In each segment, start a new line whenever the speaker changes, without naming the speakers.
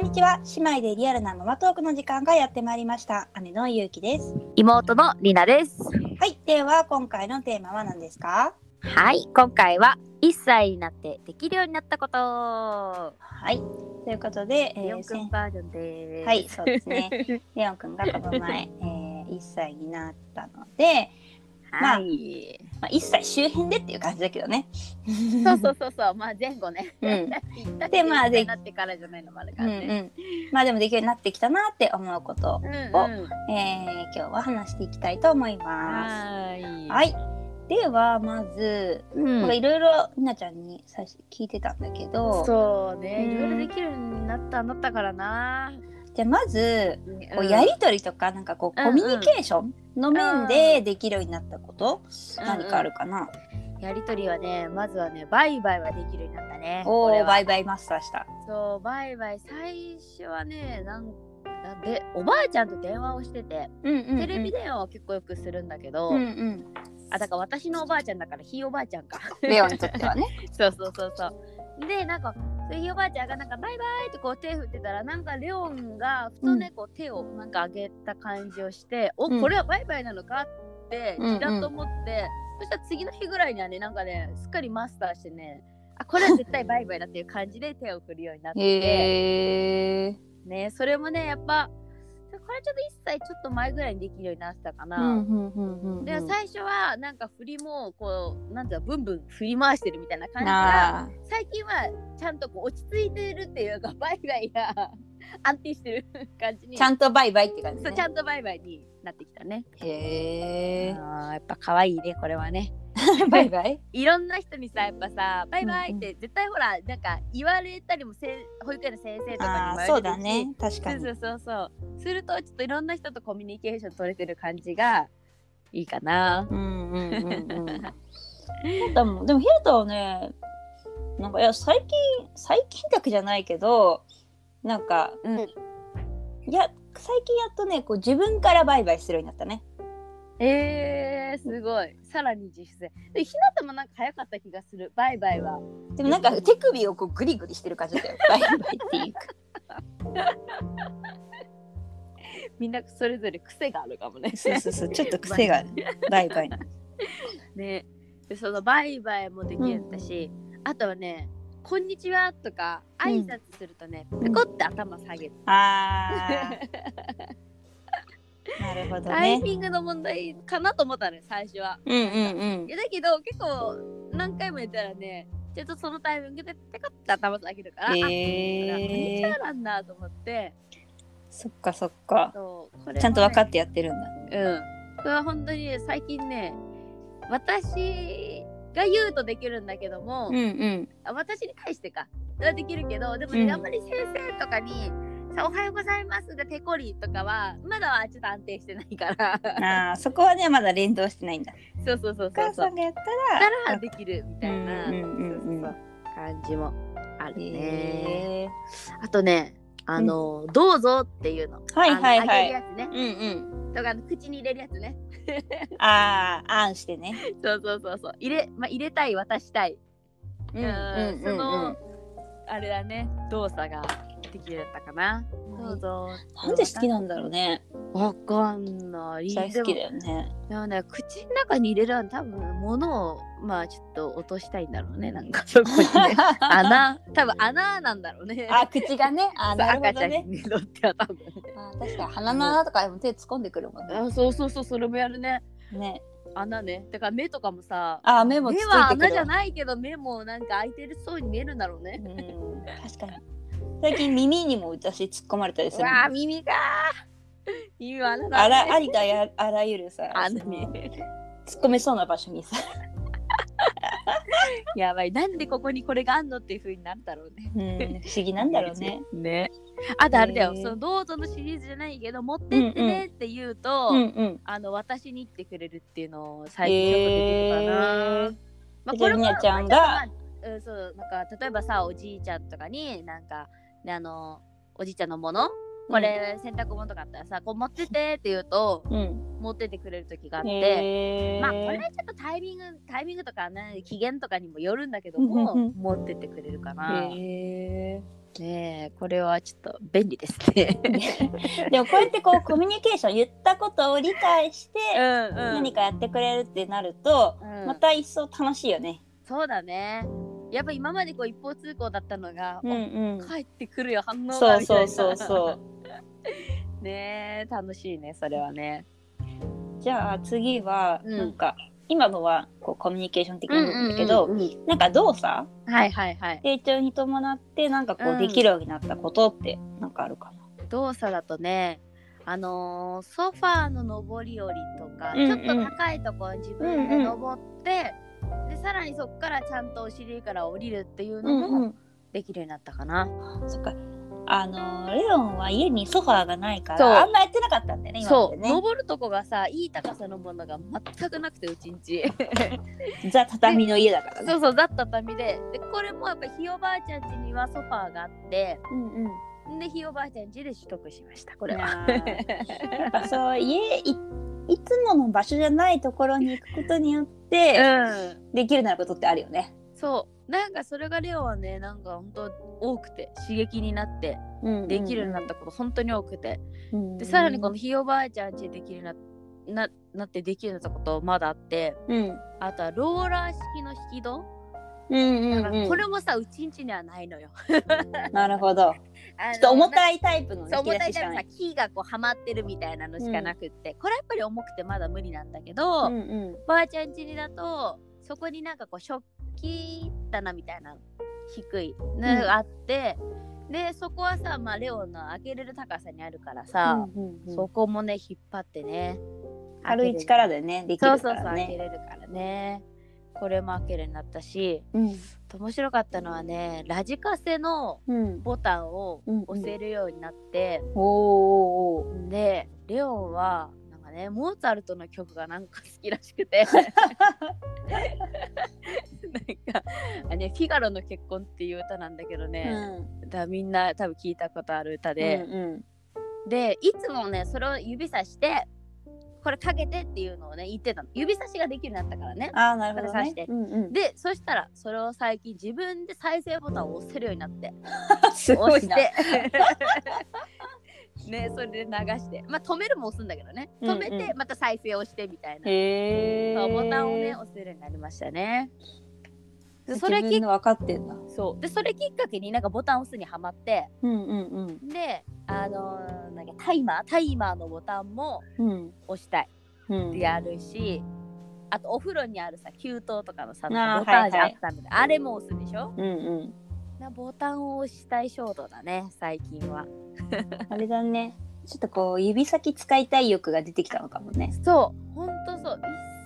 んにちは姉妹でリアルなママトークの時間がやってまいりました姉のゆうきです
妹のりなです。
はいでは今回のテーマは何ですか
はい、今回は1歳になってできるようになったこと。
はいということで、えー
レオンくんバージョンです。
はいそうです ねレオンくんがこの前、え1歳になったので、まあ
はい。
まあ、1歳周辺でっていう感じだけどね
そうそうそうそう、まあ前後ね。
うん
で、
ま
ま
あ
あ
で
でなってからじゃないのもあるか
うん
ら
う
ね。
んまあでもできるようになってきたなって思うこと
うんうん
えー今日は話していきたいと思います。
はい。
は。い、ではまず
う
なん
ん
か。いろいろりなちゃんに最初聞いてたんだけど、
そうね、
うん
いろいろできるようになったんだったからな。
じゃあまずこ
う
うんやりとりとかなんかこう
うんう
コ
ん
ミュニケーションの面でできるようになったこと、
うん
何かあるかな、
やりとりはね、まずはね、バイバイはできるようになったね。
お
こ
ー
れは
バイバイマスターした
そうバイバイ最初はねなんなんでおばあちゃんと電話をしてて
うんうんうん
テレビ電話を結構よくするんだけど、
うんうん
あだから私のおばあちゃんだからひいおばあちゃんか
レオにとってはね
そうそうそうそうでなんかそういうおばあちゃんがなんかバイバイってこう手振ってたらなんかレオンがふとねこう手をなんか上げた感じをして、
うん
おこれはバイバイなのかって
うんうん
ちらっと思って、そしたら次の日ぐらいにはねなんかねすっかりマスターしてねあこれは絶対バイバイだっていう感じで手を振るようになって。
へえ
ねそれもねやっぱこれちょっと一歳ちょっと前ぐらいにできるようになってたか
う
な、
んうんうんうんうん
で最初はなんか振りもこうなんだブンブン振り回してるみたいな感じが
あ
最近はちゃんとこう落ち着いてるっていうかバイバイが 安定してる感じ
ー
に
ちゃんとバイバイって感じ、
そう
ね
ち、ゃんとバイバイになってきたね、
へえ
あーやっぱ可愛いねこれはね
バイ バイ
いろんな人にさやっぱさバイバイって絶対ほらなんか言われたりもせん保育園の先生とかにも言
あ
わ
あ
れ
ー
てるし
そうだね確か
そう
に
そうそうそうするとちょっといろんな人とコミュニケーション取れてる感じがいいかな
うんうんうんうん。でもでもヒルタはね、なんかいや最近最近だけじゃないけど、なんか、
うん
いや最近やっとねこう自分からバイバイするようになったね。
えー、すごいさらに自主性でひなたもなんか早かった気がするバイバイは
でもなんか手首をこうグリグリしてる感じだったよ。バイバイっていうか。
みんなそれぞれ癖があるかもね
そうそうそうちょっと癖があるバイバイの。
ねでそのバイバイもできるんだし、あとはね「こんにちは」とか挨拶するとね、
ん
ペコって頭下げる、
ああ。なるほど
タイ
ね。
ミングの問題かなと思ったのよ最初は
うんうん
いやだけど結構何回もやったらねちょっとそのタイミングでペコって頭下げるから、
うん。
あ
ええ
こんにちはなんだと思って
そっかそっか。
そうこれはね
ちゃんと分かってやってるんだ。
うんこれは本当にね最近ね私が言うとできるんだけども、
うんうん。
あ私に対してかはできるけどでもね、
うん
あんまり先生とかにさ「おはようございます」がペコリとかはまだはちょっと安定してないから
ああそこはねまだ連動してないんだ。
そうそうそう
お
そ
母
うそ
さ
うん
がやった
だ
ら。
からできるみたいな、
うんうんうんうん
そうそうそう感じもあるね。
へえ
あとね、あの、どうぞっていうの。
はいはい
あの
はい
あげるやつね。
うんうん。
とか、あの口に入れるやつね。
ああ、あんしてね。
そうそうそうそう。入れ、まあ、入れたい、渡したい。
う
うん
うん
そ
うんう
の
ん。、
あれだね、動作ができるやったかな。どうぞ。
なんで好きなんだろうね。
わかんない。
大好きだ
よ。
よね。
でもね、口の中に入れるのは多分物を、まあちょっと落としたいんだろうね。なんかそこに ね。穴、多分穴なんだろうね。
あ、口がね。あ、なるほ
赤ち
ど
ゃん
ね。
にとっては多分。
あ確かに鼻の穴とかでも手突っ込んでくるもんね。
あ、そうそうそう、それもやるね。
ね。
穴ねだから目とかもさ
あ、目もつつ
目
い
は
てく
穴
る
じゃ
わ。
ないけど目もなんか開いてるそうに見えるんだろう
う
ね
ん、確かに。最近耳にも私突っ込まれたりす
う
るもん。
わー耳が耳は穴
あ
だ、ね、
ら、ありとやあらゆるさ。
穴
その
に
突っ込めそうな場所にさ。
やばいなんでここにこれがあんのっていう風になるだろうね
うん、 不思議なんだろうね。
ねあとあれだよ、
へー
そのどうぞのシリーズじゃないけど持ってってねって言うと、
うんうん。
あの私に言ってくれるっていうのを最近ちょっとできるかな、
へー
まあ、
じ
こ
ゃあ
れ
り
も
なちゃん
ま
が
あ、うん、そうなんか例えばさおじいちゃんとかになんかねあのおじいちゃんのものこれ洗濯物とかあったらさこう持ってってって言うと
うん、
持ってってくれる時があ
あ
って、まあこれはちょっとタイミングタイミングとかね期限とかにもよるんだけども、
うんうんうん
持ってってくれるかな、
へえ
ねえこれはちょっと便利ですね。
でもこうやってこうコミュニケーション言ったことを理解して
うんうん
何かやってくれるってなると、
うん
また一層楽しいよね。
そうだね。やっぱ今までこう一方通行だったのが、
うんうん。
帰ってくるよ反応が
そう
みたい
そ
な
うそうそう。
ねえ楽しいねそれはね。
じゃあ次は
うん
なんか、今のはこうコミュニケーション的なんだけど、
うんうんうん
なんか動作
はいはいはい。
成長に伴ってなんかこ
うん
うできるようになったことってなんかあるかな。
動作だとねあのーソファーの上り下りとか、
うんうん
ちょっと高いところに自分で登って、でさらにそこからちゃんとお尻から降りるっていうのも
ん。
できるようになったかな。
そっか。あのーレオンは家にソファーがないか
そう
らあんまやってなかったんだよね今ま
そ
で
う、
ね。
登るとこがさいい高さのものが全くなくてうちんち
ザ畳の家だからね。
そうそうだったたみででこれもやっぱひいおばあちゃん家にはソファーがあって
うんうん。
でひいおばあちゃん家で取得しましたこれは。
は。やっぱそう家いいつもの場所じゃないところに行くことによって
うん、
できるようになることってあるよね。
そうなんかそれがレオはねなんか本当多くて刺激になってできるようになったこと本当に多くて、でさらにこのひいおばあちゃん家できるようになななってできるようになったことまだあって
うん
あとはローラー式の引き戸、
うんう
だ
ん
か
う
ら
ん
これもさうちんちにはないのよ。
なるほど。
あ
ち
の
ょっと重たいタイプの
そう
引き
重
出
た
しし
いじゃ
か
ん
な
さ
い。
木がこうはまってるみたいなのしかなくって、これはやっぱり重くてまだ無理なんだけど、
うんうん
ばあちゃん家にだとそこになんかこう食器棚みたいな低いのがあって、でそこはさ、まあ、レオンの開けれる高さにあるからさ、
うんうんう
そ
ん
こもね引っ張ってね
軽い力でねでき
開
る
けれ
か
るそうそうそ
ら
う開け
ね。
れるからねこれも開けるようになったし
うん
面白かったのはねラジカセの
うん。
ボタンを
うんうん
押せるようになって、
おーおーお
でレオンはなんかねモーツァルトの曲がなんか好きらしくてなんかあ、ね「フィガロの結婚」っていう歌なんだけど
ー。
ね、
うん
だからみんな多分聞いたことある歌で、
うん
でいつもねそれを指さしてこれかけてっていうのをね言ってたの指差しができるようになったからね
うん。ああなるほど
刺
ね
して。
うんうん。
でそしたらそれを最近自分で再生ボタンを押せるようになって
すご
押
い
し
な。
て ねそれで流してまあ止めるも押すんだけどね止め
うん
て
う
また再生をしてみたいな、
へえ。
ボタンをね押せるようになりましたねでそ
そ
れ
れ
き
自
っ
分の分かってんだ。
そうでそれきっかけになんかボタンを押すにはまって
うんうんうん
であのーなんかタイマータイマーのボタンも
うん
押したい
うん。
やるし、あとお風呂にあるさ給湯とかのさ
あー
ボタンじゃ
は
あっ
いはい
たのであれも押すでしょ
うんうん。
なボタンを押したい衝動だね最近は
あれだね。ちょっとこう指先使いたい欲が出てきたのかもね。
そう、ほんとそう、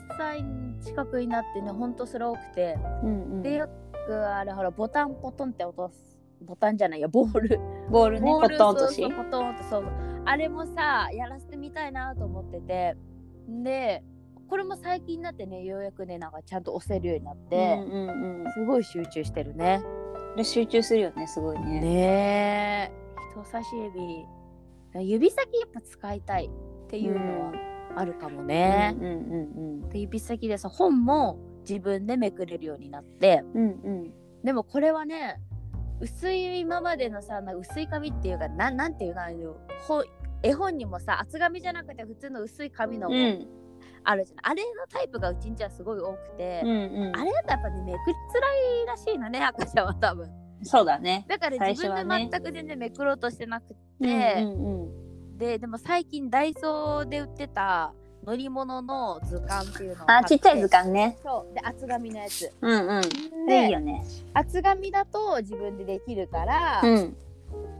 1歳近くになってね、ほんとそれ多くて。
うんうん
で、よくあれ、ほら、ボタンポトンって落とす。ボタンじゃないや、ボール。
ボールね、
ボ
ポ
ール
ットンとし
そう。そうポトンとそうそう。あれもさ、やらせてみたいなと思ってて。で、これも最近になってね、ようやくね、なんかちゃんと押せるようになっ
うん
て、
うんうん。
すごい集中してるね。
で集中するよね、すごいね。
ねえ。人差し指。指先やっぱ使いたいっていうのはあるかもね。
うんうん
で指先でさ本も自分でめくれるようになって
うん。うんうん。
でもこれはね薄い今までのさなんか薄い紙っていうかなんなんていうのあのほ絵本にもさ厚紙じゃなくて普通の薄い紙の
うん
あるじゃない、あれのタイプがうちんちはすごい多くて、
うん
あれだとやっぱねめくりづらいらしいのね赤ちゃんは多分
そうだね。
だから
最
自
初は
分
ね
で全く全然めくろうとしてなくて、
うんうんうん。
ででも最近ダイソーで売ってた乗り物の図鑑っていうのを買
あ、
て
ちっちゃい図鑑ね。
そうで厚紙のやつ
うんうん。
で
いいよね。
厚紙だと自分でできるから、
うん。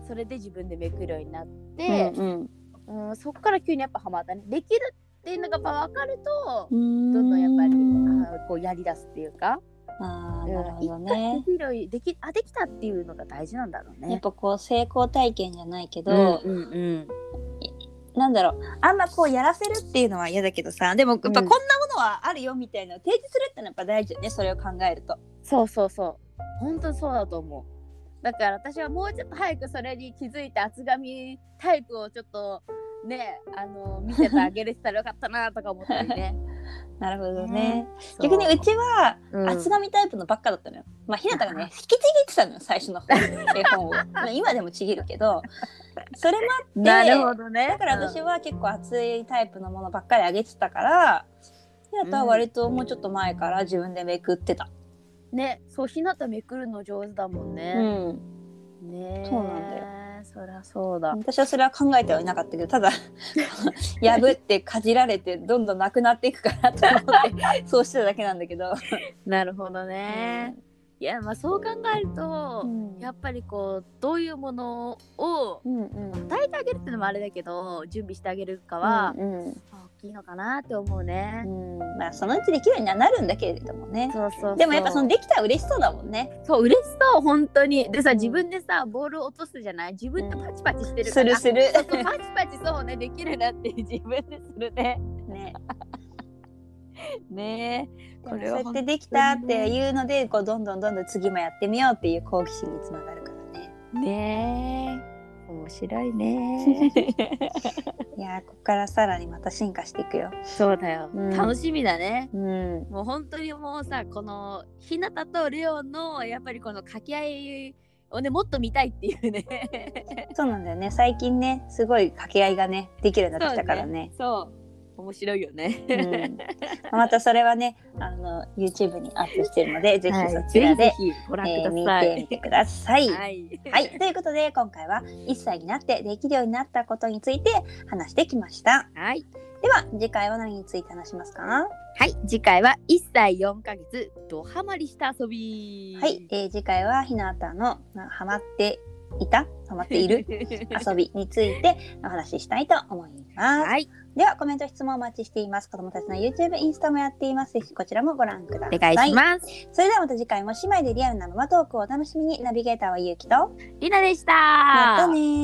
それで自分でめくるようになっ
う
て、
ん
うんそっから急にやっぱハマったねできるっていうのが分かると
うん。
どんどんやっぱり
り。
あーこうやりだすっていうか、
あ
う
あ、
ん
なるほど
一
ね。
回できるよりできあできたっていうのが大事なんだろう
やっ
ね。
ぱこう成功体験じゃないけど、
うんうんうん
なんだろうあんまこうやらせるっていうのは嫌だけどさでもやっぱ
うん
こんなものはあるよみたいなのを提示するってのはやっぱ大事よねそれを考えると。
そうそうそう本当そうだと思う。だから私はもうちょっと早くそれに気づいて厚紙 タイプをちょっとねあの見せてあげれてたらよかったなとか思ったりね。
なるほどね。
そう
逆にうちは
うん
厚紙タイプのばっかだったのよ。まあ、ひなたがね、引きちぎってたのよ、最初の方絵本を。まあ、今でもちぎるけど、それもあって、
なるほどね
だから私は結構厚いタイプのものばっかりあげてたから、ひなたは割ともうちょっと前から自分でめくってた。
ねそうひなためくるの上手だもん
う
ね、
ん。
ね
そうなんだ
よそりゃそうだ
私はそれは考えてはいなかったけどただ 破ってかじられてどんどんなくなっていくかなと思 ってそうしてただけなんだけど、
なるほどね、いやまあそう考えると、
うん
やっぱりこうどういうものを
うんうん
与えてあげるってのもあれだけど準備してあげるかは、
うん
大きいのかなって思うね、
うんまあそのうちできるようにはなるんだけれどもね
そうそうそう
でもやっぱそのできたら嬉しそうだもんね
そう嬉しそう本当にでさ、
うん
自分でさボールを落とすじゃない自分でパチパチしてる
す
から、
るする
そうそうパチパチそうねできるなって自分でするね
ね
ね
で
こ
も
れ
そう
は
やってできたっていうのでこうどんどんどんどん次もやってみようっていう好奇心につながるからね
ねえ面白いね
いやーここからさらにまた進化していくよ
そうだよ、
うん
楽しみだね
うん
もう本当にもうさこのひなたとレオンのやっぱりこの掛け合いをねもっと見たいっていうね
そうなんだよね最近ねすごい掛け合いがねできるようになってきたからね
そう面白いよね、
うんまたそれはねあの YouTube にアップしてるのでぜひ
はい
そちらで、
ぜひぜひご覧く
えー
だ
見
さ
てみ
い、
てください。はい、
い
ということで今回は1歳になってできるようになったことについて話してきました。
はい
では次回は何について話しますかは
はい、次回は1歳4ヶ月ドハマりした遊び。
い、、えー次回はひなたのなハマっていたハマってい る遊びについてお話ししたいと思います。
はい、
ではコメント質問お待ちしています。子供たちの YouTube、インスタもやっています。ぜひこちらもご覧くださ
お願いします。
それではまた次回も姉妹でリアルなママトークをお楽しみにナビゲーターはゆうきと
りなでした。
またねー